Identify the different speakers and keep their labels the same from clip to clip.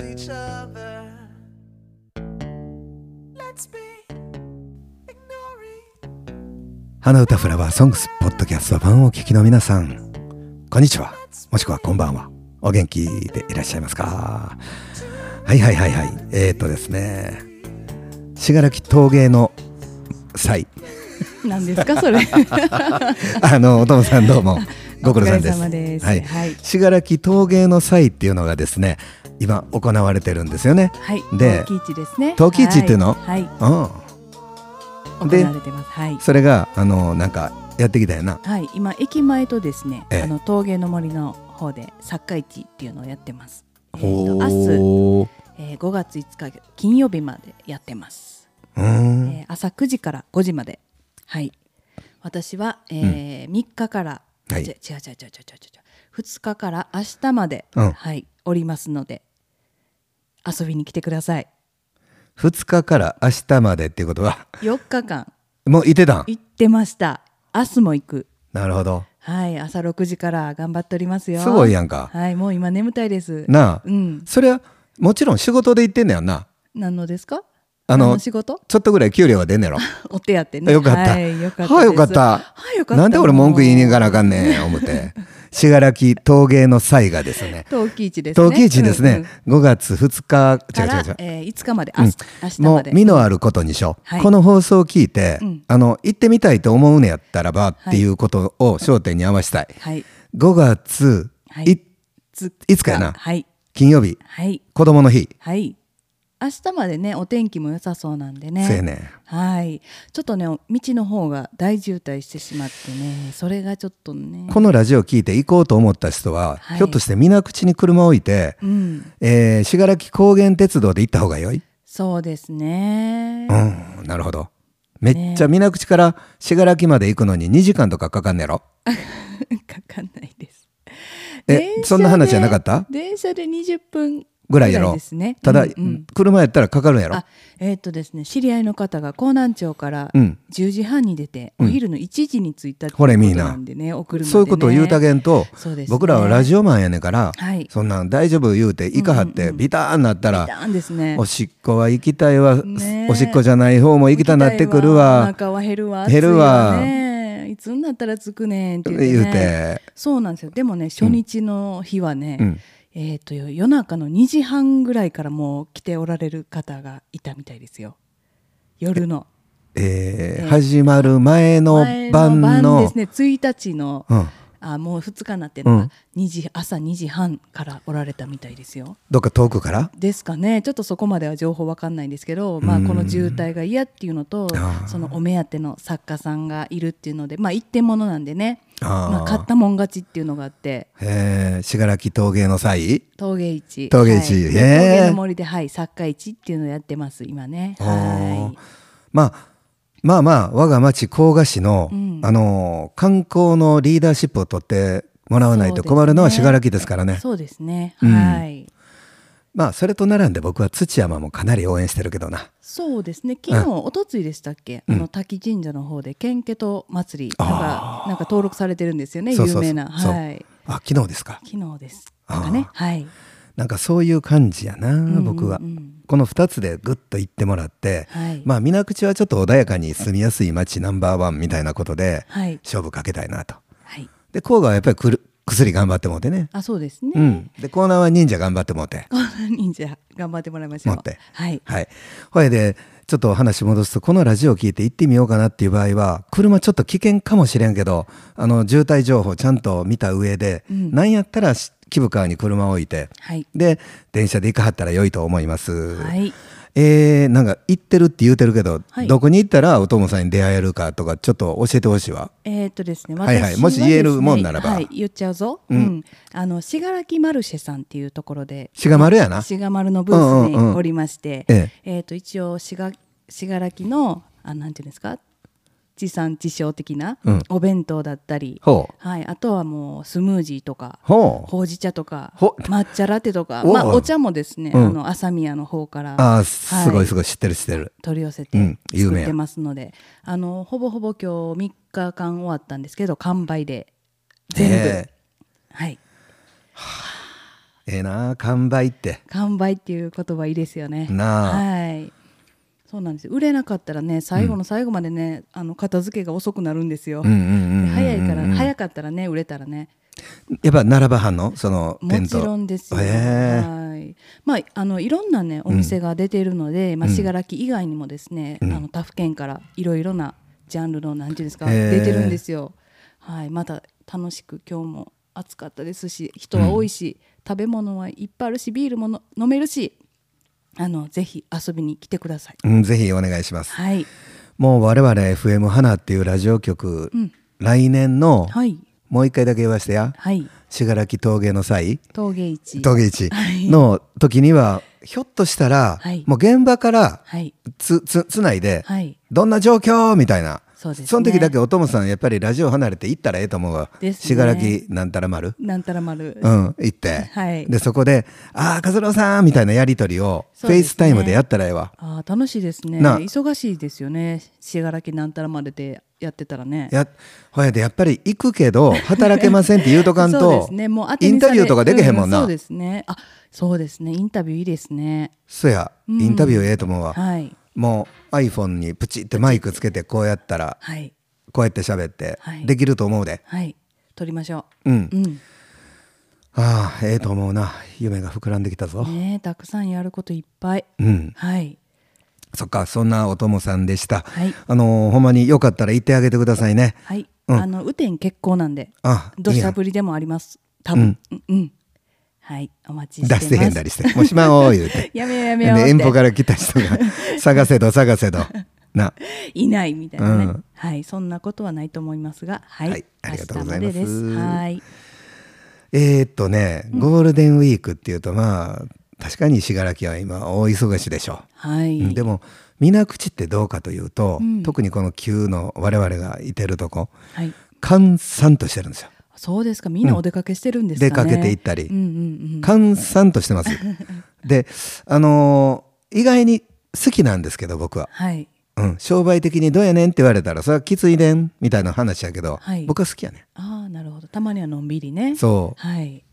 Speaker 1: each other. Let's be ignoring.
Speaker 2: 花歌フラワーソングスポッドキャスト版をお聞きの皆さんこんにちはもしくはこんばんはお元気でいらっしゃいますかはいはいはいはいえー、っとですね信楽陶芸の際
Speaker 3: なんですかそれ。
Speaker 2: あのお友さんどう も ご苦労さんで
Speaker 3: お疲れ様
Speaker 2: す
Speaker 3: です。
Speaker 2: はい
Speaker 3: はい。
Speaker 2: 信楽陶芸の際っていうのがですね今行われてるんですよね
Speaker 3: はい。
Speaker 2: で
Speaker 3: 陶器市ですね。
Speaker 2: 陶器市っていうの
Speaker 3: はい。は
Speaker 2: う
Speaker 3: い
Speaker 2: んで
Speaker 3: 行われてます。はい。
Speaker 2: それがあのなんかやってきたよな
Speaker 3: はい。今駅前とですね、
Speaker 2: ええ
Speaker 3: あの陶芸の森の方で作家市っていうのをやってます。えーと明日、
Speaker 2: ほ
Speaker 3: えー、5月5日金曜日までやってます。
Speaker 2: ううん
Speaker 3: えー朝9時から5時まで。はい。私は、えー3日から、
Speaker 2: はい
Speaker 3: 違う違う違う違う違う違う違う2日から明日まで、
Speaker 2: うん
Speaker 3: はいおりますので遊びに来てください。
Speaker 2: 2日から明日までっていうことは
Speaker 3: 4日間
Speaker 2: もういてたん
Speaker 3: 行ってました明日も行く
Speaker 2: なるほど
Speaker 3: はい朝6時から頑張っておりますよ
Speaker 2: すごいや
Speaker 3: ん
Speaker 2: んか
Speaker 3: はいもう今眠たいです
Speaker 2: なあ
Speaker 3: うん
Speaker 2: それはもちろん仕事で行ってんねやんな
Speaker 3: 何のですか
Speaker 2: あの
Speaker 3: 何仕事
Speaker 2: ちょっとぐらい給料は出んねやろ
Speaker 3: お手当てね
Speaker 2: よかった
Speaker 3: はいよかったです
Speaker 2: はあよかった
Speaker 3: はいよかった
Speaker 2: なんで俺文句言いに行かなあかんねん思って信楽陶芸の祭がですね
Speaker 3: 陶器市ですね
Speaker 2: 陶芸市です
Speaker 3: うんう
Speaker 2: ね
Speaker 3: ん、
Speaker 2: 5月2日違
Speaker 3: か
Speaker 2: う
Speaker 3: ら
Speaker 2: 違う違う
Speaker 3: えー5日まで
Speaker 2: うん
Speaker 3: 明日明日
Speaker 2: も
Speaker 3: ま
Speaker 2: う
Speaker 3: で
Speaker 2: 身のあることにしよう、
Speaker 3: はい
Speaker 2: この放送を聞いて、
Speaker 3: うん
Speaker 2: あの行ってみたいと思うのやったらば
Speaker 3: い
Speaker 2: っていうことを焦点に合わせたい、
Speaker 3: はい
Speaker 2: 5月、
Speaker 3: はい
Speaker 2: い
Speaker 3: つ
Speaker 2: いつかやな
Speaker 3: はい
Speaker 2: 金曜日
Speaker 3: はい
Speaker 2: 子供の日、
Speaker 3: はい明日までねお天気も良さそうなんでね
Speaker 2: そうやね
Speaker 3: はい、ちょっとね道の方が大渋滞してしまってねそれがちょっとね
Speaker 2: このラジオ聞いて行こうと思った人は、
Speaker 3: はい
Speaker 2: ひょっとして水口に車を置いて、
Speaker 3: うん
Speaker 2: えー信楽高原鉄道で行った方が良い、
Speaker 3: そうですね、
Speaker 2: うんなるほどめっちゃ水口から信楽まで行くのに2時間とかかかんねやろ
Speaker 3: かかんないです
Speaker 2: え
Speaker 3: 電車で
Speaker 2: そんな話じゃなかった
Speaker 3: 電車で20分
Speaker 2: ぐらいやろ
Speaker 3: ですね
Speaker 2: ただ、
Speaker 3: うんうん
Speaker 2: 車やったらかかるんやろ
Speaker 3: あえーっとですね知り合いの方が江南町から
Speaker 2: うん
Speaker 3: 10時半に出て、
Speaker 2: うん
Speaker 3: お昼の1時に着いたっていう
Speaker 2: ほ
Speaker 3: こ
Speaker 2: れ
Speaker 3: と
Speaker 2: みんな
Speaker 3: なんでねお車でね
Speaker 2: そういうことを言うたげんと、
Speaker 3: そうですね
Speaker 2: 僕らはラジオマンやねんから、
Speaker 3: はい
Speaker 2: そんなん大丈夫言うていかはっ
Speaker 3: うん
Speaker 2: て
Speaker 3: うんうん
Speaker 2: ビターンなったら、
Speaker 3: なんですね
Speaker 2: おしっこは行きたいわ、
Speaker 3: ねえ
Speaker 2: おしっこじゃない方も行きたなってくるわ
Speaker 3: 行きたいお腹は減るわ
Speaker 2: 減るわ
Speaker 3: 暑いねいつになったらつくねんって
Speaker 2: 言
Speaker 3: 言
Speaker 2: う
Speaker 3: って,、
Speaker 2: て
Speaker 3: ね、そうなんですよでもね初日の日はね、
Speaker 2: うん
Speaker 3: えっ、と夜中の2時半ぐらいからもう来ておられる方がいたみたいですよ夜の
Speaker 2: えー
Speaker 3: えー
Speaker 2: 始まる前の
Speaker 3: 前
Speaker 2: 晩の
Speaker 3: ですね1日の、
Speaker 2: うん、
Speaker 3: あもう2日になってるの
Speaker 2: うん
Speaker 3: か、2時朝2時半からおられたみたいですよ
Speaker 2: どっか遠くから
Speaker 3: ですかねちょっとそこまでは情報わかんないんですけど、まあ、
Speaker 2: うん
Speaker 3: この渋滞が嫌っていうのと
Speaker 2: あー
Speaker 3: そのお目当ての作家さんがいるっていうので、まあ、一点物なんでね
Speaker 2: あー
Speaker 3: まあ、買ったもん勝ちっていうのがあって
Speaker 2: えー信楽陶芸の際
Speaker 3: 陶芸市
Speaker 2: 陶芸市
Speaker 3: はい
Speaker 2: へー
Speaker 3: で陶芸の森で、はい、作家市っていうのをやってます今ね
Speaker 2: あ
Speaker 3: は
Speaker 2: ーまあまあまあ我が町甲賀市の、
Speaker 3: うん
Speaker 2: あのー観光のリーダーシップを取ってもらわないと困るのは
Speaker 3: そ
Speaker 2: 信
Speaker 3: うですね
Speaker 2: 楽ですから
Speaker 3: い
Speaker 2: ね
Speaker 3: そうですね、
Speaker 2: うん
Speaker 3: はい
Speaker 2: まあそれと並んで僕は土山もかなり応援してるけどな
Speaker 3: そうですね昨日おとついでしたっけ、あの滝神社の方で献血と祭りなんかなんか登録されてるんですよね
Speaker 2: そうそうそう
Speaker 3: 有名な
Speaker 2: そう
Speaker 3: はい
Speaker 2: あ昨日ですか
Speaker 3: 昨日ですなんかねはい
Speaker 2: なんかそういう感じやな、僕は
Speaker 3: うんうんうん
Speaker 2: この2つでぐっと行ってもらって、
Speaker 3: はい
Speaker 2: まあ水口はちょっと穏やかに住みやすい町ナンバーワンみたいなことで
Speaker 3: はい
Speaker 2: 勝負かけたいなと
Speaker 3: はい
Speaker 2: で甲賀はやっぱりくる薬頑張ってもうてね
Speaker 3: あそうです
Speaker 2: う
Speaker 3: ね、
Speaker 2: んでコーナーは忍者頑張ってもうて
Speaker 3: こんな忍者頑張ってもらいましょう
Speaker 2: 持って
Speaker 3: はい
Speaker 2: はいほいでちょっとお話戻すとこのラジオを聞いて行ってみようかなっていう場合は車ちょっと危険かもしれんけどあの渋滞情報ちゃんと見た上で、
Speaker 3: うん
Speaker 2: なんやったらし貴部川に車を置いて
Speaker 3: はい
Speaker 2: で電車で行かはったら良いと思います。
Speaker 3: はい
Speaker 2: えー、なんか行ってるって言うてるけど、
Speaker 3: はい
Speaker 2: どこに行ったらお友さんに出会えるかとかちょっと教えてほしいわ
Speaker 3: えーっとですね、
Speaker 2: はいはい
Speaker 3: 私
Speaker 2: もし言えるもんならば
Speaker 3: はい、言っちゃうぞ。
Speaker 2: う
Speaker 3: うんん、あの信楽マルシェさんっていうところで、
Speaker 2: しがまるやな
Speaker 3: 信楽のブースにおりまして、
Speaker 2: うんうんうんえ
Speaker 3: えーっと一応しが信楽のあなんていうんですか、地産地消的な
Speaker 2: うん
Speaker 3: お弁当だったり、
Speaker 2: ほう
Speaker 3: はい、あとはもうスムージーとか。
Speaker 2: ほう
Speaker 3: ほうじ茶とか
Speaker 2: ほ
Speaker 3: 抹茶ラテとか、
Speaker 2: おう
Speaker 3: まあ、お茶もですね、
Speaker 2: うん
Speaker 3: あの朝宮の方から
Speaker 2: あーすご
Speaker 3: はい
Speaker 2: すごい知ってる知ってる、
Speaker 3: 取り寄せ
Speaker 2: う
Speaker 3: て
Speaker 2: ん有名
Speaker 3: 作
Speaker 2: や
Speaker 3: ってますので、あのほぼほぼ今日3日間終わったんですけど完売で全部、
Speaker 2: え
Speaker 3: はい
Speaker 2: ええな完売って
Speaker 3: 完売っていう言葉いいですよね。
Speaker 2: なあ
Speaker 3: はい。そうなんですよ。売れなかったらね、最後の最後までね、あの片付けが遅くなるんですよ。
Speaker 2: うんうんうんうんうん
Speaker 3: 早いから、早かったらね、売れたらね。
Speaker 2: やっぱ奈良場藩のその
Speaker 3: も
Speaker 2: テン
Speaker 3: ち
Speaker 2: ト
Speaker 3: ろんですよ。
Speaker 2: ええ
Speaker 3: はい。まあ、あのいろんなね、お店が出ているので、まあ、信楽以外にもですね、あの他府県からいろいろな。ジャンルのなんていうんですか、
Speaker 2: へえ
Speaker 3: 出てるんですよ。はい、また楽しく今日も暑かったですし、人は多いし、食べ物はいっぱいあるし、ビールもの飲めるし。あの、ぜひ遊びに来てください。
Speaker 2: うん、ぜひお願いします
Speaker 3: はい。
Speaker 2: もう我々 FM 花っていうラジオ局、
Speaker 3: うん
Speaker 2: 来年の、
Speaker 3: はい。
Speaker 2: もう一回だけ言わせてや
Speaker 3: はい。
Speaker 2: 信楽峠の際
Speaker 3: 峠市。
Speaker 2: 峠市
Speaker 3: はい
Speaker 2: の時にはひょっとしたら、
Speaker 3: はい
Speaker 2: もう現場から
Speaker 3: はい。
Speaker 2: つつつないで、
Speaker 3: はい。
Speaker 2: どんな状況みたいな
Speaker 3: そうですね
Speaker 2: の時だけおともさんやっぱりラジオ離れて行ったらええと思うわ
Speaker 3: です
Speaker 2: 信
Speaker 3: ね
Speaker 2: 楽なんたら丸、
Speaker 3: なんたら丸。
Speaker 2: うん、行って、
Speaker 3: はい
Speaker 2: でそこで「ああ和郎さん」みたいなやり取りをフ
Speaker 3: そう
Speaker 2: ェ
Speaker 3: ですね
Speaker 2: イスタイムでやったらええわ。
Speaker 3: あー楽しいですね
Speaker 2: なあ
Speaker 3: 忙しいですよね信楽なんたらまででやってたらね
Speaker 2: やほやでやっぱり行くけど働けませんって言うとかん
Speaker 3: そうで
Speaker 2: と、
Speaker 3: すねもう当て
Speaker 2: イ
Speaker 3: に
Speaker 2: ン
Speaker 3: さ
Speaker 2: タ
Speaker 3: れ
Speaker 2: ビューとかできへんもんな、
Speaker 3: うそうですねあそうですねインタビューいいですね
Speaker 2: そや
Speaker 3: うん
Speaker 2: インタビューええと思うわ、
Speaker 3: はい
Speaker 2: もう iPhone にプチってマイクつけてこうやったら
Speaker 3: はい
Speaker 2: こうやって喋って
Speaker 3: はい
Speaker 2: できると思うで、
Speaker 3: はい撮りましょ
Speaker 2: うん
Speaker 3: ううん
Speaker 2: ああええと思うな夢が膨らんできたぞ、
Speaker 3: ねえたくさんやることいっぱい
Speaker 2: うん
Speaker 3: はい
Speaker 2: そっかそんなおともさんでした、
Speaker 3: はい
Speaker 2: あのーほんまによかったら行ってあげてくださいね
Speaker 3: はい、
Speaker 2: うん
Speaker 3: あの雨天結構なんで
Speaker 2: あ
Speaker 3: ど
Speaker 2: い
Speaker 3: し
Speaker 2: いや
Speaker 3: ゃ
Speaker 2: ん
Speaker 3: ぶりでもあります多分うん、うんはいお待ちして
Speaker 2: 出
Speaker 3: ます
Speaker 2: してへんだりして「もうしまおう」言うて
Speaker 3: やめよう やめ
Speaker 2: で
Speaker 3: ようって
Speaker 2: 遠方から来た人 が「探せど探せど」ない
Speaker 3: ないみたいなね、
Speaker 2: うん
Speaker 3: はいそんなことはないと思いますがはい、
Speaker 2: はいありがとうございます
Speaker 3: 明日ではい
Speaker 2: えー、っとねゴールデンウィークっていうとまあ確かに信楽は今大忙しでしょう
Speaker 3: はい、
Speaker 2: うんでも水口ってどうかというと、
Speaker 3: うん
Speaker 2: 特にこの旧の我々がいてるとこ
Speaker 3: はい
Speaker 2: 閑散としてるんですよ
Speaker 3: そうですかみんなお出かけしてるんですかね、
Speaker 2: 出かけていったり
Speaker 3: うんうんうん
Speaker 2: 閑散としてますであのー意外に好きなんですけど僕は、
Speaker 3: はい
Speaker 2: うん、商売的にどうやねんって言われたらそれはきついねんみたいな話やけど、
Speaker 3: はい
Speaker 2: 僕は好きやね
Speaker 3: ああなるほどたまにはのんびりね
Speaker 2: んそう
Speaker 3: はい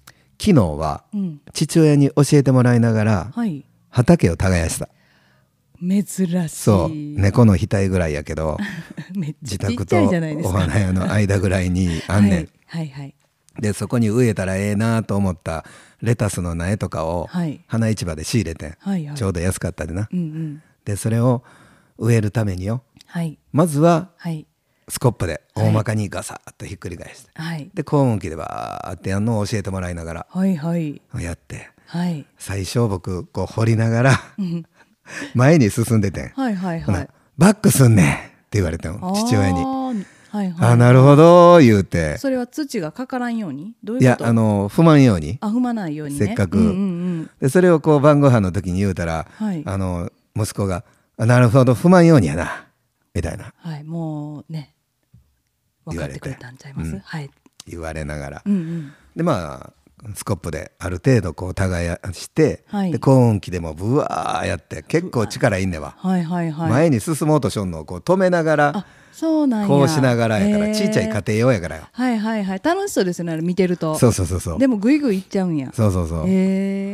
Speaker 2: 昨日は
Speaker 3: うん
Speaker 2: 父親に教えてもらいながら
Speaker 3: はい
Speaker 2: 畑を耕した
Speaker 3: 珍しい
Speaker 2: そう猫の額ぐらいやけど
Speaker 3: めっち
Speaker 2: 自
Speaker 3: ゃちっ
Speaker 2: 宅
Speaker 3: ち
Speaker 2: と
Speaker 3: ゃいじゃないで
Speaker 2: お
Speaker 3: すか
Speaker 2: 花屋の間ぐらい にあんねん、
Speaker 3: はい、はいはい
Speaker 2: でそこに植えたらええなと思ったレタスの苗とかを
Speaker 3: はい
Speaker 2: 花市場で仕入れてん、
Speaker 3: はいはい
Speaker 2: ちょうど安かったでな、
Speaker 3: うんうん
Speaker 2: でそれを植えるためによ
Speaker 3: はい
Speaker 2: まずは
Speaker 3: はい
Speaker 2: スコップで大まかにガサッとひっくり返して、
Speaker 3: はい
Speaker 2: で高音機でバーってやんのを教えてもらいなが
Speaker 3: はいはい
Speaker 2: らやって
Speaker 3: はい
Speaker 2: 最初僕こう掘りなが ら
Speaker 3: ん
Speaker 2: 前に進んでてん、
Speaker 3: はいはい
Speaker 2: ほな
Speaker 3: はい
Speaker 2: バックすんねんって言われてん父親に
Speaker 3: あーはいはい
Speaker 2: あなるほど言うて
Speaker 3: それは土がかからんようにどういう
Speaker 2: い
Speaker 3: こと
Speaker 2: やあの不満ように
Speaker 3: あ踏まないようにね
Speaker 2: せっかく
Speaker 3: うんうん
Speaker 2: でそれをこう晩ご飯の時に言うたら、
Speaker 3: はい
Speaker 2: あの息子が「あなるほど不満ようにやな」みたいな
Speaker 3: うん、はいもうね分かってくれたんちゃいます、
Speaker 2: 言われてうん
Speaker 3: はい、
Speaker 2: 言われながら、
Speaker 3: うんうん、
Speaker 2: でまあスコップである程度こう耕して、
Speaker 3: はい
Speaker 2: で高音機でもブワーやって結構力いんねわ、
Speaker 3: はいはいはい
Speaker 2: 前に進もうとしょんのをこう止めながら
Speaker 3: あそうなんや
Speaker 2: こうしながらやか
Speaker 3: へ
Speaker 2: ら
Speaker 3: ー
Speaker 2: ちいちゃい家庭用やからよ
Speaker 3: はいはいはい楽しそうですよねあれ見てると
Speaker 2: そうそうそうそう
Speaker 3: でもぐいぐいいっちゃうんや
Speaker 2: そうそうそう、
Speaker 3: へ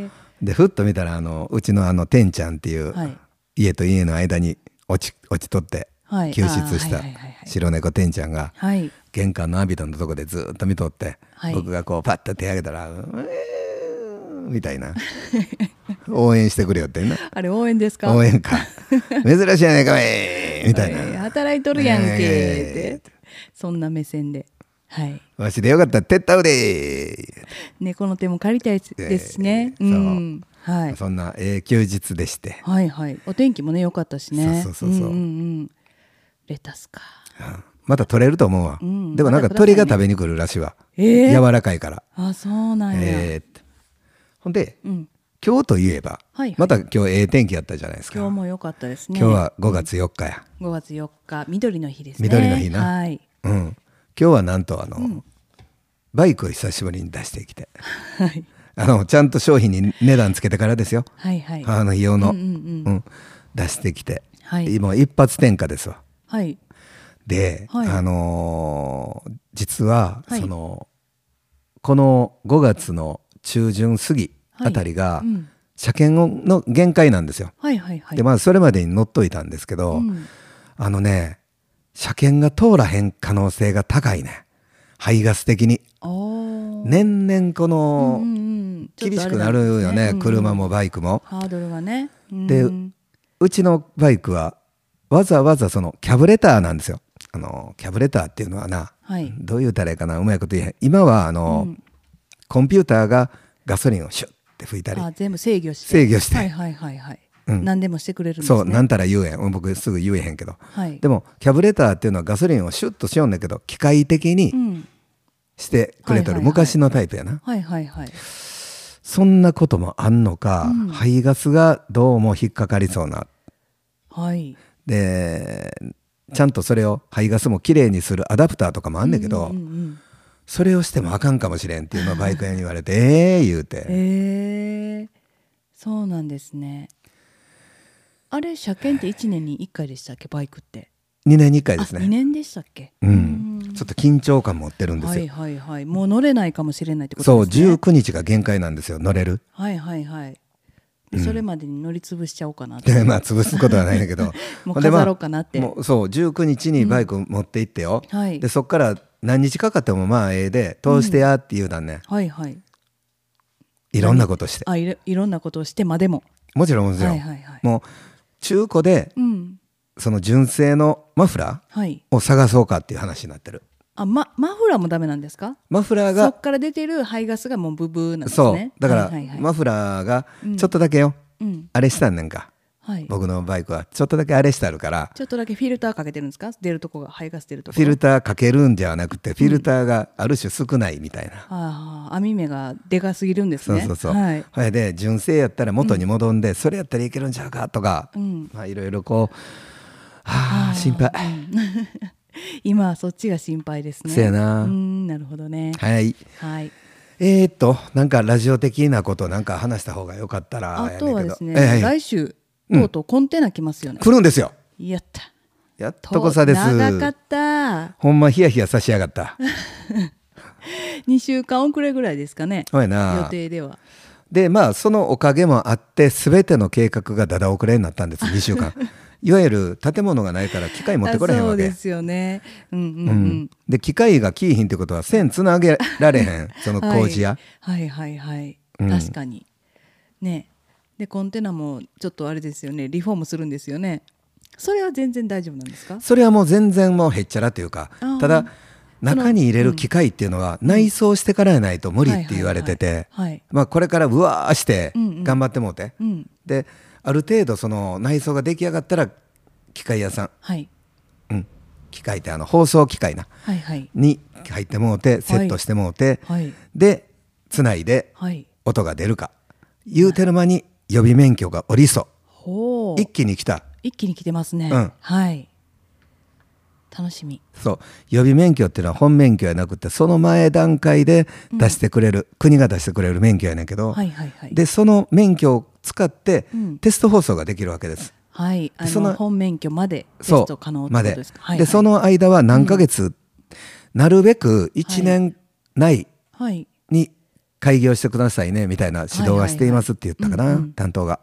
Speaker 3: え
Speaker 2: でふっと見たらあのうちのあのてんちゃんっていう、
Speaker 3: はい
Speaker 2: 家と家の間に落ち落ちとって
Speaker 3: はい
Speaker 2: 救出し
Speaker 3: あ
Speaker 2: た
Speaker 3: ーはいはいはいはい
Speaker 2: 白猫てんちゃんが、
Speaker 3: はい
Speaker 2: 玄関のアビタンのとこでずっと見とって、
Speaker 3: はい
Speaker 2: 僕がこうパッと手挙げたら「うえーみたいな応援してくれよってんな
Speaker 3: あれ応援ですか
Speaker 2: 応援 か珍しいやないかいみたいな、
Speaker 3: はい働いとるやんけーって、
Speaker 2: え
Speaker 3: そんな目線ではい
Speaker 2: わしでよかったら手伝うで
Speaker 3: 猫の手も借りたいですしね、
Speaker 2: えーそう
Speaker 3: うんはい
Speaker 2: そんな、えー休日でして
Speaker 3: はいはいお天気もね良かったしね
Speaker 2: そうそうそうそうん
Speaker 3: んんレタスか
Speaker 2: うんまた取れると思うわ、
Speaker 3: うん
Speaker 2: でもなんか
Speaker 3: またくださ
Speaker 2: 鳥
Speaker 3: いね
Speaker 2: が食べに来るらしいわ、
Speaker 3: えー
Speaker 2: 柔らかいから、
Speaker 3: あそうなんや、
Speaker 2: えーってほんで
Speaker 3: うん
Speaker 2: 今日といえば、
Speaker 3: はいはい
Speaker 2: また今日ええ天気やったじゃないですか
Speaker 3: 今日も良かったですね
Speaker 2: 今日は5月4日や、
Speaker 3: 5月4日緑の日ですね
Speaker 2: 緑の日な
Speaker 3: はい
Speaker 2: うん、今日はなんとあの、バイクを久しぶりに出してきて
Speaker 3: はい
Speaker 2: あのちゃんと商品に値段つけてからですよ、
Speaker 3: はいはい
Speaker 2: あの費用の、
Speaker 3: うんうん
Speaker 2: うん出してきて、
Speaker 3: はい
Speaker 2: 今一発転嫁ですわ
Speaker 3: はい
Speaker 2: で、
Speaker 3: はい
Speaker 2: あのー実は、
Speaker 3: はい
Speaker 2: そのこの5月の中旬過ぎ
Speaker 3: はい
Speaker 2: あたりが
Speaker 3: うん
Speaker 2: 車検の限界なんですよ。
Speaker 3: はいはいはい
Speaker 2: でまあそれまでに乗っといたんですけど、
Speaker 3: うん
Speaker 2: あのね車検が通らへん可能性が高いね排ガス的に
Speaker 3: あー
Speaker 2: 年々この
Speaker 3: うんうんうんちょっ
Speaker 2: 厳
Speaker 3: と
Speaker 2: し
Speaker 3: あ
Speaker 2: く
Speaker 3: れ
Speaker 2: なんる
Speaker 3: です
Speaker 2: よね
Speaker 3: うんうん
Speaker 2: 車もバイクも。
Speaker 3: ハードルがね
Speaker 2: で
Speaker 3: うん
Speaker 2: うちのバイクはわざわざそのキャブレターなんですよ。あのキャブレターっていうのはな、
Speaker 3: はい
Speaker 2: どう言うたらいいかなうまいこと言えへん今はあの、
Speaker 3: うん
Speaker 2: コンピューターがガソリンをシュッて吹いたり
Speaker 3: あ全部制御して
Speaker 2: 制御して
Speaker 3: はいはいはいはい、
Speaker 2: うん
Speaker 3: 何でもしてくれるんですね
Speaker 2: そうなんたら言えへんうん僕すぐ言えへんけど
Speaker 3: はい
Speaker 2: でもキャブレターっていうのはガソリンをシュッとしようんだけど機械的に
Speaker 3: うん、
Speaker 2: してくれと
Speaker 3: はいはいは
Speaker 2: る
Speaker 3: い
Speaker 2: 昔のタイプやな、
Speaker 3: はいはいはい
Speaker 2: そんなこともあんのか、
Speaker 3: うん
Speaker 2: 排ガスがどうも引っかかりそうな
Speaker 3: はい
Speaker 2: でちゃんとそれを排ガスもきれいにするアダプターとかもあんねんけど、
Speaker 3: うんうんうん
Speaker 2: それをしてもあかんかもしれんっていうのをバイク屋に言われて ええ言うて
Speaker 3: へえそうなんですねあれ車検って1年に1回でしたっけバイクって
Speaker 2: 2年に1回です
Speaker 3: あ2
Speaker 2: ね、
Speaker 3: 年でしたっけ
Speaker 2: うん
Speaker 3: うん
Speaker 2: ちょっと緊張感持ってるんですよ、
Speaker 3: はいはいはいもう乗れないかもしれないってこ
Speaker 2: そう
Speaker 3: とですね
Speaker 2: 19日が限界なんですよ乗れる
Speaker 3: はいはいはいでそれまでに乗り潰しちゃおうかなって
Speaker 2: でまあ潰すことはないんだけど
Speaker 3: もう
Speaker 2: ほんでまあ
Speaker 3: 飾ろうかなって
Speaker 2: もうそう19日にバイク持って行ってよ、
Speaker 3: はい
Speaker 2: でそっから何日かかってもまあええで通してやって言うたんね、
Speaker 3: はいはい
Speaker 2: いろんなことして
Speaker 3: あいろいろんなことをしてまでも
Speaker 2: もちろんもちろん、
Speaker 3: はいはいはい
Speaker 2: もう中古で
Speaker 3: うん
Speaker 2: その純正のマフラ
Speaker 3: はい
Speaker 2: ーを探そうかっていう話になってる
Speaker 3: あまマフラーもダメなんですか
Speaker 2: マフラー
Speaker 3: そ
Speaker 2: が
Speaker 3: っから出てる排ガスがもうブブーなんです
Speaker 2: そう,、
Speaker 3: ね
Speaker 2: だから、
Speaker 3: はいはいはい
Speaker 2: マフラーがちょっとだけよ、
Speaker 3: うん
Speaker 2: あれしたんねんか
Speaker 3: はい
Speaker 2: 僕のバイクはちょっとだけあれしてあるから
Speaker 3: ちょっとだけフィルターかけてるんですか出るとこが排ガス出るとこ
Speaker 2: フィルターかけるんじゃなくてフィルターがある種少ないみたいな、
Speaker 3: ああ網目がでかすぎるんです
Speaker 2: そう
Speaker 3: ね
Speaker 2: そうそう、
Speaker 3: はい
Speaker 2: それで純正やったら元に戻んで、それやったらいけるんちゃうかとか、
Speaker 3: うん
Speaker 2: まあいろいろこうはあ心配、
Speaker 3: 今はそっちが心配ですね
Speaker 2: せやな
Speaker 3: うーんなるほどね
Speaker 2: はい
Speaker 3: はい
Speaker 2: えー、っとなんかラジオ的なことなんか話した方がよかったら
Speaker 3: あ
Speaker 2: やねんけ
Speaker 3: と
Speaker 2: ど
Speaker 3: はですね、
Speaker 2: ええええ
Speaker 3: 来週とうとうコンテナ来ますよね、
Speaker 2: 来るんですよ
Speaker 3: やった
Speaker 2: やっとこさです
Speaker 3: 長かった
Speaker 2: ほんまヒヤヒヤさしやがった
Speaker 3: 2週間遅れぐらいですかね
Speaker 2: ほや
Speaker 3: 予
Speaker 2: な
Speaker 3: 定では
Speaker 2: でまあそのおかげもあって全ての計画がだだ遅れになったんです2週 間いわゆる建物がないから機械持ってこれへん
Speaker 3: あそ
Speaker 2: わ
Speaker 3: う
Speaker 2: け
Speaker 3: ですよねうんうんう
Speaker 2: うんん、で機械が来いひんってことは線つなげら れへんその工事や、
Speaker 3: はい、はいはいはい、
Speaker 2: うん
Speaker 3: 確かにねでコンテナもちょっとあれですよねリフォームするんですよねそれは全然大丈夫なんですか
Speaker 2: それはもう全然もうへっちゃらというか
Speaker 3: あー
Speaker 2: ただ中に入れる機械っていうのは内装してからやないと無理って言われてて、
Speaker 3: はいはい
Speaker 2: まあ、これからうわーして
Speaker 3: うんうん
Speaker 2: 頑張ってもうて、
Speaker 3: はい、うん
Speaker 2: である程度その内装が出来上がったら機械屋さん、
Speaker 3: はい、
Speaker 2: うん、機械ってあの放送機械な
Speaker 3: はいはい
Speaker 2: に入ってもうてセットしてもうて、
Speaker 3: はい
Speaker 2: でつないで
Speaker 3: はい
Speaker 2: 音が出るか言うてる間に予備免許がおりそ
Speaker 3: ほ
Speaker 2: う
Speaker 3: う
Speaker 2: 一気に来た
Speaker 3: 一気に来てますね、
Speaker 2: うん
Speaker 3: はい楽しみ
Speaker 2: そう予備免許っていうのは本免許やなくてその前段階で出してくれる、国が出してくれる免許やねんけど、
Speaker 3: はいはいはい
Speaker 2: でその免許を使って
Speaker 3: うん
Speaker 2: テスト放送ができるわけです。
Speaker 3: はいあの
Speaker 2: その
Speaker 3: 本免許までテ
Speaker 2: そ
Speaker 3: ス
Speaker 2: う
Speaker 3: ト可能ってこ
Speaker 2: ま
Speaker 3: と
Speaker 2: で
Speaker 3: ですかはい
Speaker 2: で
Speaker 3: はい
Speaker 2: その間は何ヶ月、なるべく1年内
Speaker 3: はい
Speaker 2: に開業してくださいねみたいな指導はしていますって言ったか
Speaker 3: はいはい
Speaker 2: な
Speaker 3: はい
Speaker 2: 担当が。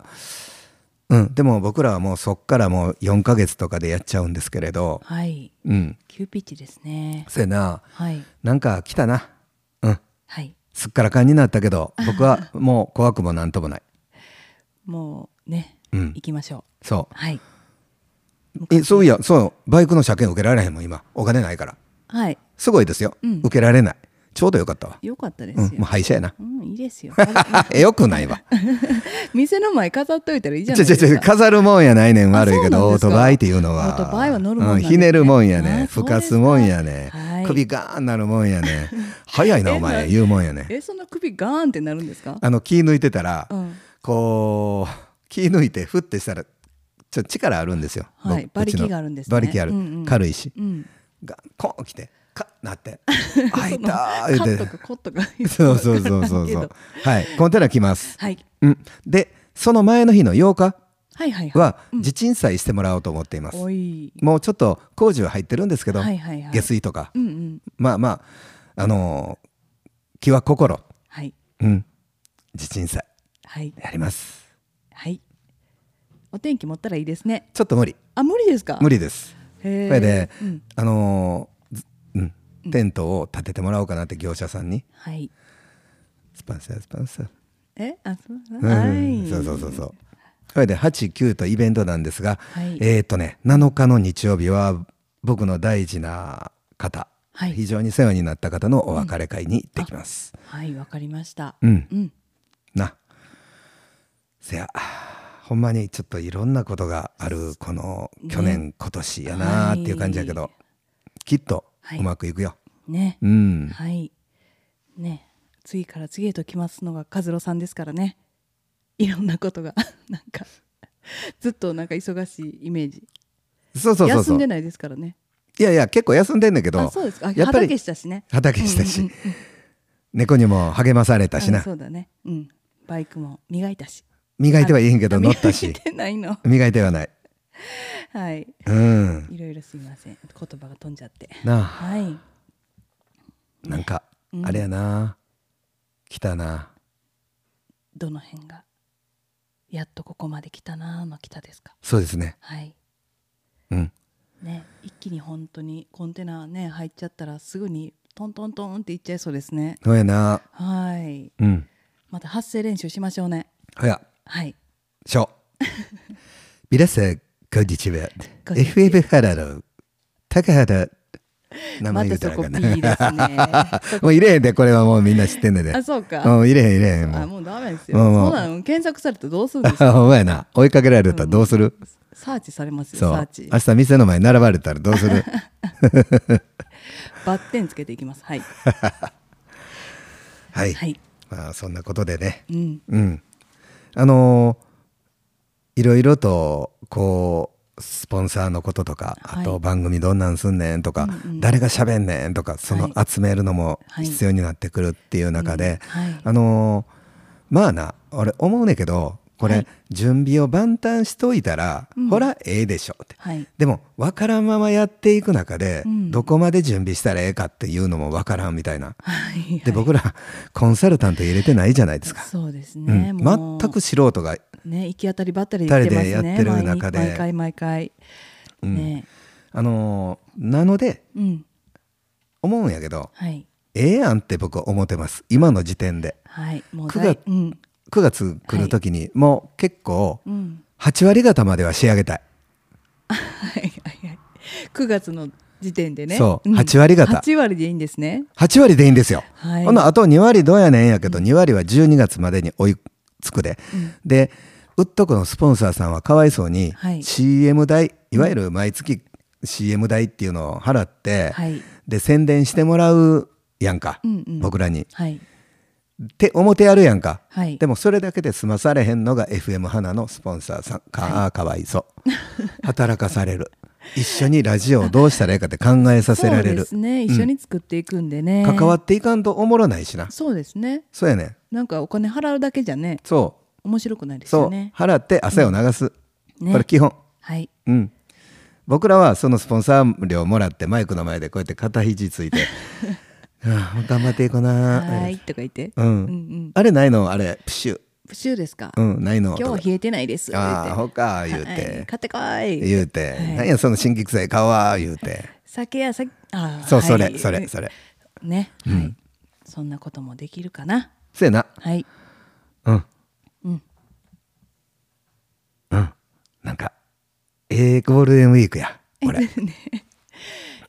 Speaker 2: うん、でも僕らはもうそっからもう4ヶ月とかでやっちゃうんですけれど、
Speaker 3: はい
Speaker 2: うん、
Speaker 3: 急ピッチですね
Speaker 2: せやな
Speaker 3: はい
Speaker 2: なんか来たな、うん、
Speaker 3: はい
Speaker 2: すっからかんになったけ ど僕はもう怖くもなんともない、
Speaker 3: もうね、
Speaker 2: うん
Speaker 3: 行きましょ
Speaker 2: そう
Speaker 3: はい、
Speaker 2: うえそういやそうバイクの車検受けられへんもん今お金ないから
Speaker 3: はい、
Speaker 2: すごいですよ、
Speaker 3: うん
Speaker 2: 受けられないちょうどよかったわ、
Speaker 3: よかったです
Speaker 2: う
Speaker 3: よ
Speaker 2: ん、もう廃車やな
Speaker 3: うん、いいですよ
Speaker 2: えよくないわ
Speaker 3: 店の前飾っといたらい い
Speaker 2: ち
Speaker 3: じゃ
Speaker 2: ょ
Speaker 3: な
Speaker 2: ち
Speaker 3: い
Speaker 2: ょ
Speaker 3: です
Speaker 2: ちょ
Speaker 3: か
Speaker 2: 飾るもんやないねん悪いけ
Speaker 3: あ
Speaker 2: ど
Speaker 3: そうなん
Speaker 2: オー
Speaker 3: ですか
Speaker 2: トバイっていうのは
Speaker 3: オートバイは乗るもんなんですね
Speaker 2: ひねるもんやね
Speaker 3: あ
Speaker 2: ん
Speaker 3: そう
Speaker 2: ふ
Speaker 3: ですか
Speaker 2: かすもんやねん、
Speaker 3: はい
Speaker 2: 首ガーンなるもんやねん早い なお前言うもんやねん
Speaker 3: えそんな首ガーンってなるんですか
Speaker 2: あの気抜いてたら、
Speaker 3: うん
Speaker 2: こう気抜いてふってしたらちょっと力あるんですよ、
Speaker 3: はい
Speaker 2: 僕うちの
Speaker 3: 馬力があるんですね
Speaker 2: 馬力ある、
Speaker 3: うんうん
Speaker 2: 軽いし
Speaker 3: うん
Speaker 2: がコーン来てカッな って「あいたー」
Speaker 3: カ
Speaker 2: 言
Speaker 3: ッ
Speaker 2: う
Speaker 3: と
Speaker 2: て
Speaker 3: かコッとか
Speaker 2: そうそうそうそう
Speaker 3: け
Speaker 2: そ
Speaker 3: ど
Speaker 2: うはいコンテナ来ます、
Speaker 3: はい
Speaker 2: うん、でその前の日の8日
Speaker 3: はいはいはい
Speaker 2: は地鎮祭してもらおうと思っています、
Speaker 3: おい
Speaker 2: もうちょっと工事は入ってるんですけど、
Speaker 3: はいはいはい
Speaker 2: 下水とか、
Speaker 3: うんうん
Speaker 2: まあまああのー気は心
Speaker 3: はい
Speaker 2: うん地鎮祭
Speaker 3: はい
Speaker 2: やります
Speaker 3: はいお天気持ったらいいですね
Speaker 2: ちょっと無理
Speaker 3: あ無理ですか
Speaker 2: 無
Speaker 3: 理
Speaker 2: 理です
Speaker 3: こ
Speaker 2: これで、
Speaker 3: うん、
Speaker 2: あのーずうんテントを建ててもらおうかなって業者さんに
Speaker 3: はい
Speaker 2: スパンサースパンサー
Speaker 3: えあそう、
Speaker 2: うんそう
Speaker 3: はい
Speaker 2: そうそうそうそれで89とイベントなんですが、
Speaker 3: はい
Speaker 2: えっ、とね7日の日曜日は僕の大事な方、
Speaker 3: はい
Speaker 2: 非常に世話になった方のお別れ会に行ってきます、
Speaker 3: はいわかりました
Speaker 2: うん
Speaker 3: うん
Speaker 2: なせやほんまにちょっといろんなことがあるこの去年、今年やなっていう感じやけど、
Speaker 3: は
Speaker 2: きっと
Speaker 3: はいう
Speaker 2: まくいくよ、
Speaker 3: ね
Speaker 2: うん
Speaker 3: はいね次から次へと来ますのが和郎さんですからねいろんなことが なんかずっとなんか忙しいイメージ
Speaker 2: そうそうそう
Speaker 3: 休
Speaker 2: そ
Speaker 3: ん
Speaker 2: う
Speaker 3: でないですからね
Speaker 2: いやいや結構休んでんだけ
Speaker 3: あ
Speaker 2: ど
Speaker 3: そうですかあ
Speaker 2: やっぱり
Speaker 3: 畑したしね
Speaker 2: 畑したし、
Speaker 3: うんうんうん
Speaker 2: 猫にも励まされたし
Speaker 3: あ
Speaker 2: な
Speaker 3: そうだねうんバイクも磨いたし
Speaker 2: 磨いてはいいんけど乗った
Speaker 3: 磨
Speaker 2: し
Speaker 3: いてないの
Speaker 2: 磨いてはない
Speaker 3: はい
Speaker 2: うん
Speaker 3: いろいろすいません言葉が飛んじゃって
Speaker 2: なあ
Speaker 3: はい
Speaker 2: なんか
Speaker 3: うん
Speaker 2: あれやな来たな
Speaker 3: どの辺がやっとここまで来たなーの来たですか
Speaker 2: そうですね
Speaker 3: はい
Speaker 2: うん
Speaker 3: ね一気に本当にコンテナね入っちゃったらすぐにトントントンっていっちゃいそうですね
Speaker 2: そうやな
Speaker 3: はい
Speaker 2: うん
Speaker 3: また発声練習しましょうね
Speaker 2: ほや
Speaker 3: はい
Speaker 2: し ょ皆さんこんにちは
Speaker 3: こんにちは
Speaker 2: FM 原の高原名
Speaker 3: ま
Speaker 2: 前言
Speaker 3: た
Speaker 2: うた
Speaker 3: そ
Speaker 2: ら
Speaker 3: こ
Speaker 2: あか
Speaker 3: P
Speaker 2: ん
Speaker 3: で
Speaker 2: な
Speaker 3: すね そこ
Speaker 2: もう入れへんでこれはもうみんな知ってんねんで
Speaker 3: あそうか
Speaker 2: うん入れへん入れへん
Speaker 3: あ
Speaker 2: もう
Speaker 3: もうダメですよ
Speaker 2: もうも
Speaker 3: そううなの検索されたらどうするんですか
Speaker 2: あほんまやな追いかけられたらどうする
Speaker 3: サーチされますよサ
Speaker 2: そ
Speaker 3: ー
Speaker 2: う
Speaker 3: チ
Speaker 2: 明日店の前に並ばれたらどうする
Speaker 3: バッテンつけていきますはい
Speaker 2: はい
Speaker 3: はい
Speaker 2: まあそんなことでね
Speaker 3: うん
Speaker 2: うん、あのーいろいろとこうスポンサーのこととか、
Speaker 3: はい
Speaker 2: あと番組どんなんすんねんとか、
Speaker 3: うんうん
Speaker 2: 誰が喋んねんとかその
Speaker 3: は
Speaker 2: 集めるのも
Speaker 3: はい
Speaker 2: 必要になってくるっていう中で、
Speaker 3: うんはい
Speaker 2: あのーまあな俺思うねんけどこれ、
Speaker 3: はい
Speaker 2: 準備を万端しといたら、
Speaker 3: うん
Speaker 2: ほらええでしょって。
Speaker 3: はい
Speaker 2: でも分からんままやっていく中で、
Speaker 3: うん
Speaker 2: どこまで準備したらええかっていうのも分からんみたいな。
Speaker 3: はい
Speaker 2: で僕らコンサルタント入れてないじゃないですか。
Speaker 3: そうです
Speaker 2: う
Speaker 3: ね
Speaker 2: ん、
Speaker 3: もう
Speaker 2: 全く素人が
Speaker 3: ね行き当たりばったりで行ってますね
Speaker 2: 二人でやってる中で
Speaker 3: 毎日毎回毎回
Speaker 2: うん
Speaker 3: ね
Speaker 2: あのーなので
Speaker 3: うん
Speaker 2: 思うんやけど
Speaker 3: はい
Speaker 2: ええやんって僕は思ってます今の時点で
Speaker 3: はいもう
Speaker 2: 九
Speaker 3: 大
Speaker 2: 月
Speaker 3: うん
Speaker 2: 9月来る時に、もう結構
Speaker 3: うん
Speaker 2: 8割方までは仕上げたい
Speaker 3: はいはいはい9月の時点でね
Speaker 2: そう
Speaker 3: 八
Speaker 2: 8割方
Speaker 3: 8割でいいんですね
Speaker 2: 8割でいいんですよ、
Speaker 3: はい
Speaker 2: ほなあと2割どうやねんやけど、2割は12月までに追いつくで、でウッドコのスポンサーさんはかわいそうに、
Speaker 3: はい
Speaker 2: CM 代いわゆる毎月 CM 代っていうのを払って、
Speaker 3: はい
Speaker 2: で宣伝してもらうやんか、
Speaker 3: うんうん
Speaker 2: 僕らに。
Speaker 3: はい
Speaker 2: って表あるやんか、
Speaker 3: はい
Speaker 2: でもそれだけで済まされへんのが FM 花のスポンサーさんか、あーかわいそう 働かされる一緒にラジオをどうしたらいいかって考えさせられ
Speaker 3: そうで
Speaker 2: る、
Speaker 3: すね一緒に作っていくんでね
Speaker 2: 関わっていかんとおもろないしな
Speaker 3: そうですね
Speaker 2: そうやねん
Speaker 3: なんかお金払うだけじゃね
Speaker 2: そ
Speaker 3: 面白くないうです
Speaker 2: そう、
Speaker 3: よね
Speaker 2: 払って汗を流す、
Speaker 3: ね
Speaker 2: これ基本
Speaker 3: はい
Speaker 2: うん僕らはそのスポンサー料もらってマイクの前でこうやって肩肘つい てあー頑張っていこうなー
Speaker 3: はいとか言って
Speaker 2: うん
Speaker 3: うんうん
Speaker 2: あれないのあれプシュ
Speaker 3: プシューですか
Speaker 2: うんないの
Speaker 3: 今日は
Speaker 2: とか
Speaker 3: 冷えてないです
Speaker 2: ああ
Speaker 3: 言う
Speaker 2: ほか
Speaker 3: て
Speaker 2: 言うて、
Speaker 3: はい買ってこい
Speaker 2: 言うて、
Speaker 3: はい
Speaker 2: なんやその新規臭い顔は言うて
Speaker 3: 酒や酒あー
Speaker 2: そうそ
Speaker 3: は
Speaker 2: れ
Speaker 3: い
Speaker 2: それそれ
Speaker 3: ね、はいそんなこともできるかな
Speaker 2: そうやな
Speaker 3: はい
Speaker 2: うん
Speaker 3: うん
Speaker 2: うんなんかええゴールデンウィークやこれね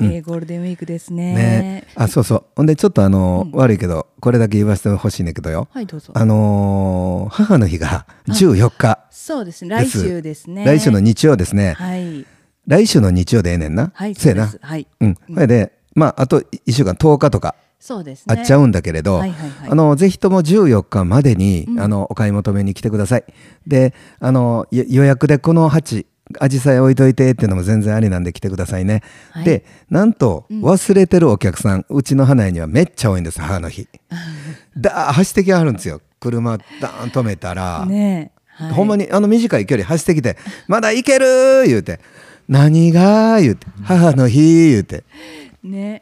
Speaker 3: えーゴールデンウィークですね
Speaker 2: あそうそうほんでちょっとあのー、悪いけどこれだけ言わせてほしいねんだけどよ、
Speaker 3: はいどうぞ
Speaker 2: あのー母の日が14日
Speaker 3: そうですね
Speaker 2: で
Speaker 3: 来
Speaker 2: す
Speaker 3: 週ですね
Speaker 2: 来週の日曜ですね、
Speaker 3: はい
Speaker 2: 来週の日曜でええねんな、
Speaker 3: はい
Speaker 2: そ
Speaker 3: そうう
Speaker 2: やな
Speaker 3: ですはい
Speaker 2: うんそれでまああと1週間10日とか
Speaker 3: そうです
Speaker 2: あ
Speaker 3: ね
Speaker 2: っちゃうんだけれど、
Speaker 3: はいはいはい
Speaker 2: あのぜひとも14日までに、
Speaker 3: うん
Speaker 2: あのお買い求めに来てください。であのよ予約でこの鉢アジサイ置いといてっていうのも全然ありなんで来てくださいね。
Speaker 3: はい
Speaker 2: でなんと
Speaker 3: うん
Speaker 2: 忘れてるお客さん、うちの花屋にはめっちゃ多いんです母の 日。だー走ってきはるんですよ車ダーン止めたら、
Speaker 3: ねえ、はい、
Speaker 2: ほんま
Speaker 3: に
Speaker 2: にあの短い距離走ってきて「まだ行ける!」言うて「何が?」言うて「母の日」言うて
Speaker 3: ね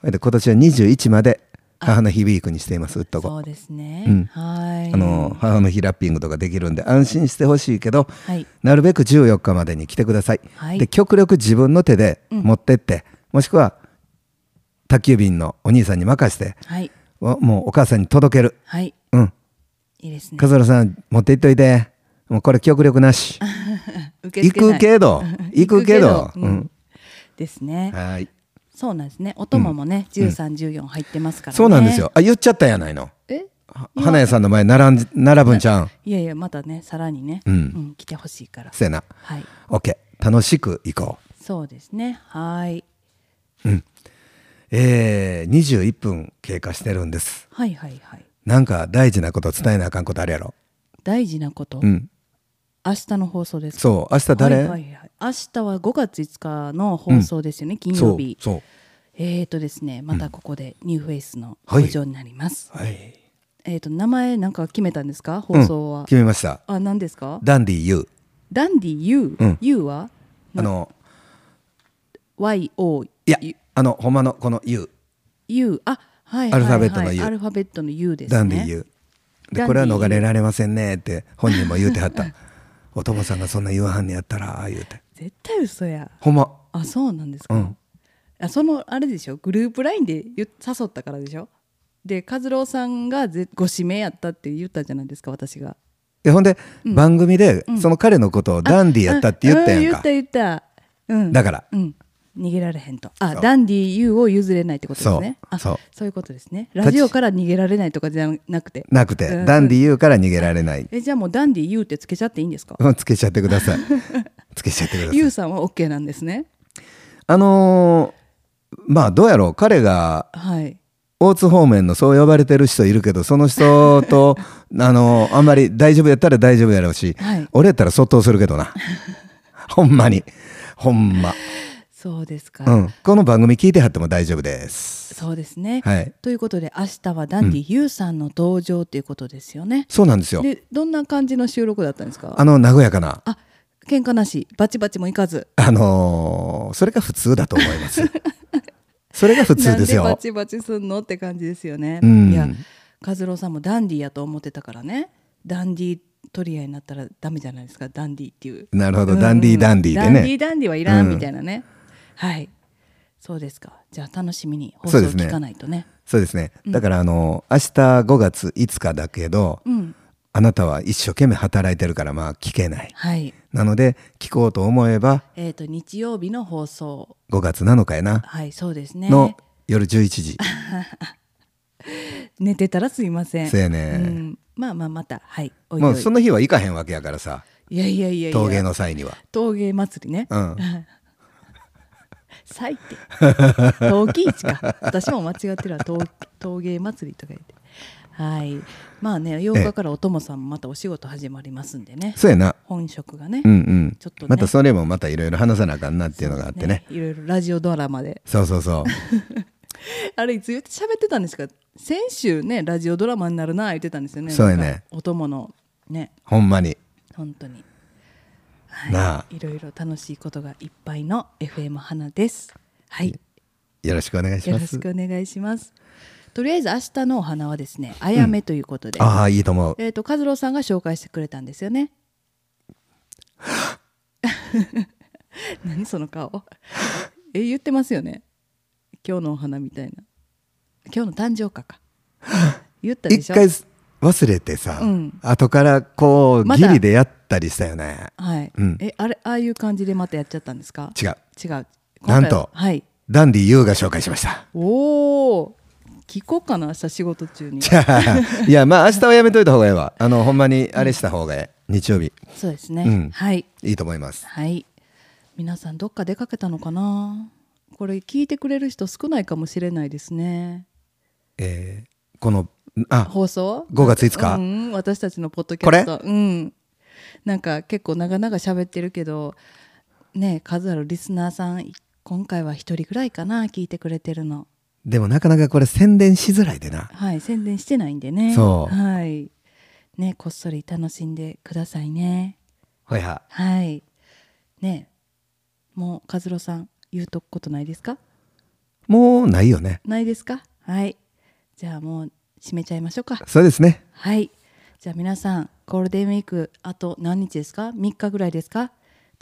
Speaker 2: それで今年は21まで母の日ウィークにしていますうっと
Speaker 3: そ
Speaker 2: こ
Speaker 3: うですね、
Speaker 2: うん
Speaker 3: はい
Speaker 2: あの母の日ラッピングとかできるんで安心してほしいけど、
Speaker 3: はい
Speaker 2: なるべく14日までに来てください、
Speaker 3: はい
Speaker 2: で極力自分の手で持ってって、もしくは宅急便のお兄さんに任せて
Speaker 3: はい
Speaker 2: わもうお母さんに届ける
Speaker 3: はい
Speaker 2: うん
Speaker 3: いいですね
Speaker 2: 和郎さん持って行っといてもうこれ極力なし
Speaker 3: 受け
Speaker 2: 行
Speaker 3: 付けな
Speaker 2: く
Speaker 3: い
Speaker 2: け ど行くけど
Speaker 3: うん
Speaker 2: うん
Speaker 3: ですね
Speaker 2: はい
Speaker 3: そうなんですねお供もね、1314入ってますからね
Speaker 2: そうなんですよあ言っちゃったやないの
Speaker 3: え
Speaker 2: は花屋さんの前並ん並ぶんちゃうん
Speaker 3: いやいやまたねさらにね、
Speaker 2: うん
Speaker 3: 来てほしいから
Speaker 2: せやな
Speaker 3: はい
Speaker 2: OK 楽しく行こう
Speaker 3: そうですねはい
Speaker 2: えー、21分経過してるんです
Speaker 3: はいはいはい
Speaker 2: なんか大事なこと伝えなあかんことあるやろ
Speaker 3: 大事なこと、
Speaker 2: うん
Speaker 3: 明日の放送ですか
Speaker 2: そう明日誰、
Speaker 3: はいはいはい、明日は5月5日の放送ですよね、金曜日
Speaker 2: そう
Speaker 3: えーとですねまたここでニューフェイスの
Speaker 2: はい
Speaker 3: 登場になります、
Speaker 2: そうはい
Speaker 3: えーと名前なんか決めたんですか放送
Speaker 2: うん
Speaker 3: は、
Speaker 2: 決めました
Speaker 3: あ何ですか
Speaker 2: ダンディ U
Speaker 3: ダンディ U、
Speaker 2: うん
Speaker 3: U は
Speaker 2: あの
Speaker 3: YO
Speaker 2: いやあのほんまのこの U
Speaker 3: U あはいはいはい
Speaker 2: アルファベットの U
Speaker 3: アルファベットの U ですね
Speaker 2: ダンディ U
Speaker 3: ダンデ
Speaker 2: で
Speaker 3: ィ
Speaker 2: これは逃れられませんねって本人も言うてはった お友さんがそんな言わはんねやったら言うて
Speaker 3: 絶対嘘や
Speaker 2: ほんま
Speaker 3: あそうなんですか、
Speaker 2: うん
Speaker 3: あそのあれでしょグループラインで言っ誘ったからでしょで和郎さんがぜご指名やったって言ったじゃないですか私が
Speaker 2: でほんで、番組でその彼のことをダンディやったって言ったやん
Speaker 3: あ
Speaker 2: か
Speaker 3: あ言った言ったうん
Speaker 2: だから
Speaker 3: うん逃げられへんとあ
Speaker 2: そう
Speaker 3: ダンディ U を譲れないってことですね
Speaker 2: そう
Speaker 3: あ
Speaker 2: そう
Speaker 3: いうことですねラジオから逃げられないとかじゃなくて
Speaker 2: なくて、
Speaker 3: うん
Speaker 2: ダンディ U から逃げられない
Speaker 3: えじゃあもうダンディ U ってつけちゃっていいんですか
Speaker 2: うんつけちゃってくだ さいつけちゃってください
Speaker 3: U さんは OK なんですね
Speaker 2: あのーまあどうやろう彼が
Speaker 3: はい
Speaker 2: 大津方面のそう呼ばれてる人いるけどその人 とあのあんまり大丈夫やったら大丈夫やろうし、
Speaker 3: はい
Speaker 2: 俺やったらそっとするけ どなほんまにほんま、
Speaker 3: そうですか、
Speaker 2: うん、この番組聞いてはっても大丈夫です
Speaker 3: そうですね、
Speaker 2: はい
Speaker 3: ということで明日はダンディ U さんの登場ということですよね、
Speaker 2: そうなんですよ
Speaker 3: でどんな感じの収録だったんですか
Speaker 2: あの和やかな
Speaker 3: あ喧嘩なしバチバチもいかず
Speaker 2: あのーそれが普通だと思います それが普通です
Speaker 3: なんでバ
Speaker 2: よ
Speaker 3: チバチすんのって感じですよね、
Speaker 2: うん
Speaker 3: いや和郎さんもダンディやと思ってたからねダンディ取り合いになったらダメじゃないですかダンディっていう
Speaker 2: なるほど、
Speaker 3: うん
Speaker 2: ダンディーダンディーで
Speaker 3: ダンディー
Speaker 2: ね
Speaker 3: ダンディーはいらん
Speaker 2: うん
Speaker 3: みたいなね、はいそうですかじゃあ楽しみに放
Speaker 2: そ
Speaker 3: 送
Speaker 2: うですね
Speaker 3: 聞かないとね
Speaker 2: そうですねだからあのー明日5月5日だけど、
Speaker 3: うん
Speaker 2: あなたは一生懸命働いてるからまあ聞けない
Speaker 3: はい
Speaker 2: なので聞こうと思えば
Speaker 3: えっ、と日曜日の放送
Speaker 2: 5月7日やな、
Speaker 3: はいそうですね
Speaker 2: の夜11時
Speaker 3: 寝てたらすいません
Speaker 2: そうやね
Speaker 3: んまあまあまたはいおい
Speaker 2: も
Speaker 3: お
Speaker 2: う
Speaker 3: い
Speaker 2: その日は行かへんわけやからさ
Speaker 3: いやいやいやいや
Speaker 2: 陶芸の際には
Speaker 3: 陶芸祭りね、
Speaker 2: うん
Speaker 3: 最低陶器市か私も間違ってる わ陶陶芸祭りとか言ってはいまあね8日からお友さんもまたお仕事始まりますんでね
Speaker 2: そうやな
Speaker 3: 本職がね、
Speaker 2: うんうん
Speaker 3: ちょっとね
Speaker 2: またそれもまたいろいろ話さなあかんなっていうのがあってね
Speaker 3: いろいろラジオドラマで
Speaker 2: そうそうそう
Speaker 3: あれいつ言って喋ってたんですか先週ねラジオドラマになるな言ってたんですよね
Speaker 2: そうやね
Speaker 3: なんかお供のね
Speaker 2: ほんまに
Speaker 3: 本当に、はい、
Speaker 2: なあ
Speaker 3: いろいろ楽しいことがいっぱいの FM 花ですはい
Speaker 2: よろしくお願いし
Speaker 3: よ
Speaker 2: ま
Speaker 3: ろし
Speaker 2: す
Speaker 3: くお願いします。とりあえず明日のお花はですね、あやめということで、
Speaker 2: ああいいと思う
Speaker 3: えっ、と和郎さんが紹介してくれたんです よね。何その顔？え言ってますよね。今日のお花みたいな。今日の誕生 花か。言ったで
Speaker 2: 一
Speaker 3: しょ。
Speaker 2: 回忘れてさ、
Speaker 3: うん
Speaker 2: 後からこう
Speaker 3: ま
Speaker 2: ギ
Speaker 3: た
Speaker 2: リでやったりしたよね
Speaker 3: はい。
Speaker 2: うん
Speaker 3: えあれああいう感じでまたやっちゃったんですか？
Speaker 2: 違う
Speaker 3: 違う。
Speaker 2: なんと
Speaker 3: 今回ははい。
Speaker 2: ダンディ優が紹介しました
Speaker 3: おお。聞こうかな明日仕事中に。
Speaker 2: じゃあいやまあ明日はやめといた方がいいわあのほんまにあれした方がいい日曜日
Speaker 3: そうですね。
Speaker 2: うん
Speaker 3: はい。
Speaker 2: いいと思います
Speaker 3: はい皆さんどっか出かけたのかなこれ聞いてくれる人少ないかもしれないですね
Speaker 2: えーこのあ
Speaker 3: 放送
Speaker 2: 5月5日
Speaker 3: うん、私たちのポッドキャスト
Speaker 2: こ
Speaker 3: うんなんか結構長々喋ってるけどねえ数あるリスナーさん今回は一人ぐらいかな聞いてくれてるの
Speaker 2: でもなかなかこれ宣伝しづらいでな
Speaker 3: はい宣伝してないんでね
Speaker 2: そう
Speaker 3: はいねえこっそり楽しんでくださいね
Speaker 2: ほいは
Speaker 3: はいねえもう和郎さん言うとくことないですか
Speaker 2: もうないよね
Speaker 3: ないですかはいじゃあもう締めちゃいましょうか
Speaker 2: そうですね。
Speaker 3: はいじゃあ皆さんゴールデンウィークあと何日ですか3日ぐらいですか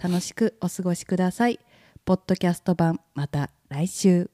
Speaker 3: 楽しくお過ごしくださいポッドキャスト版また来週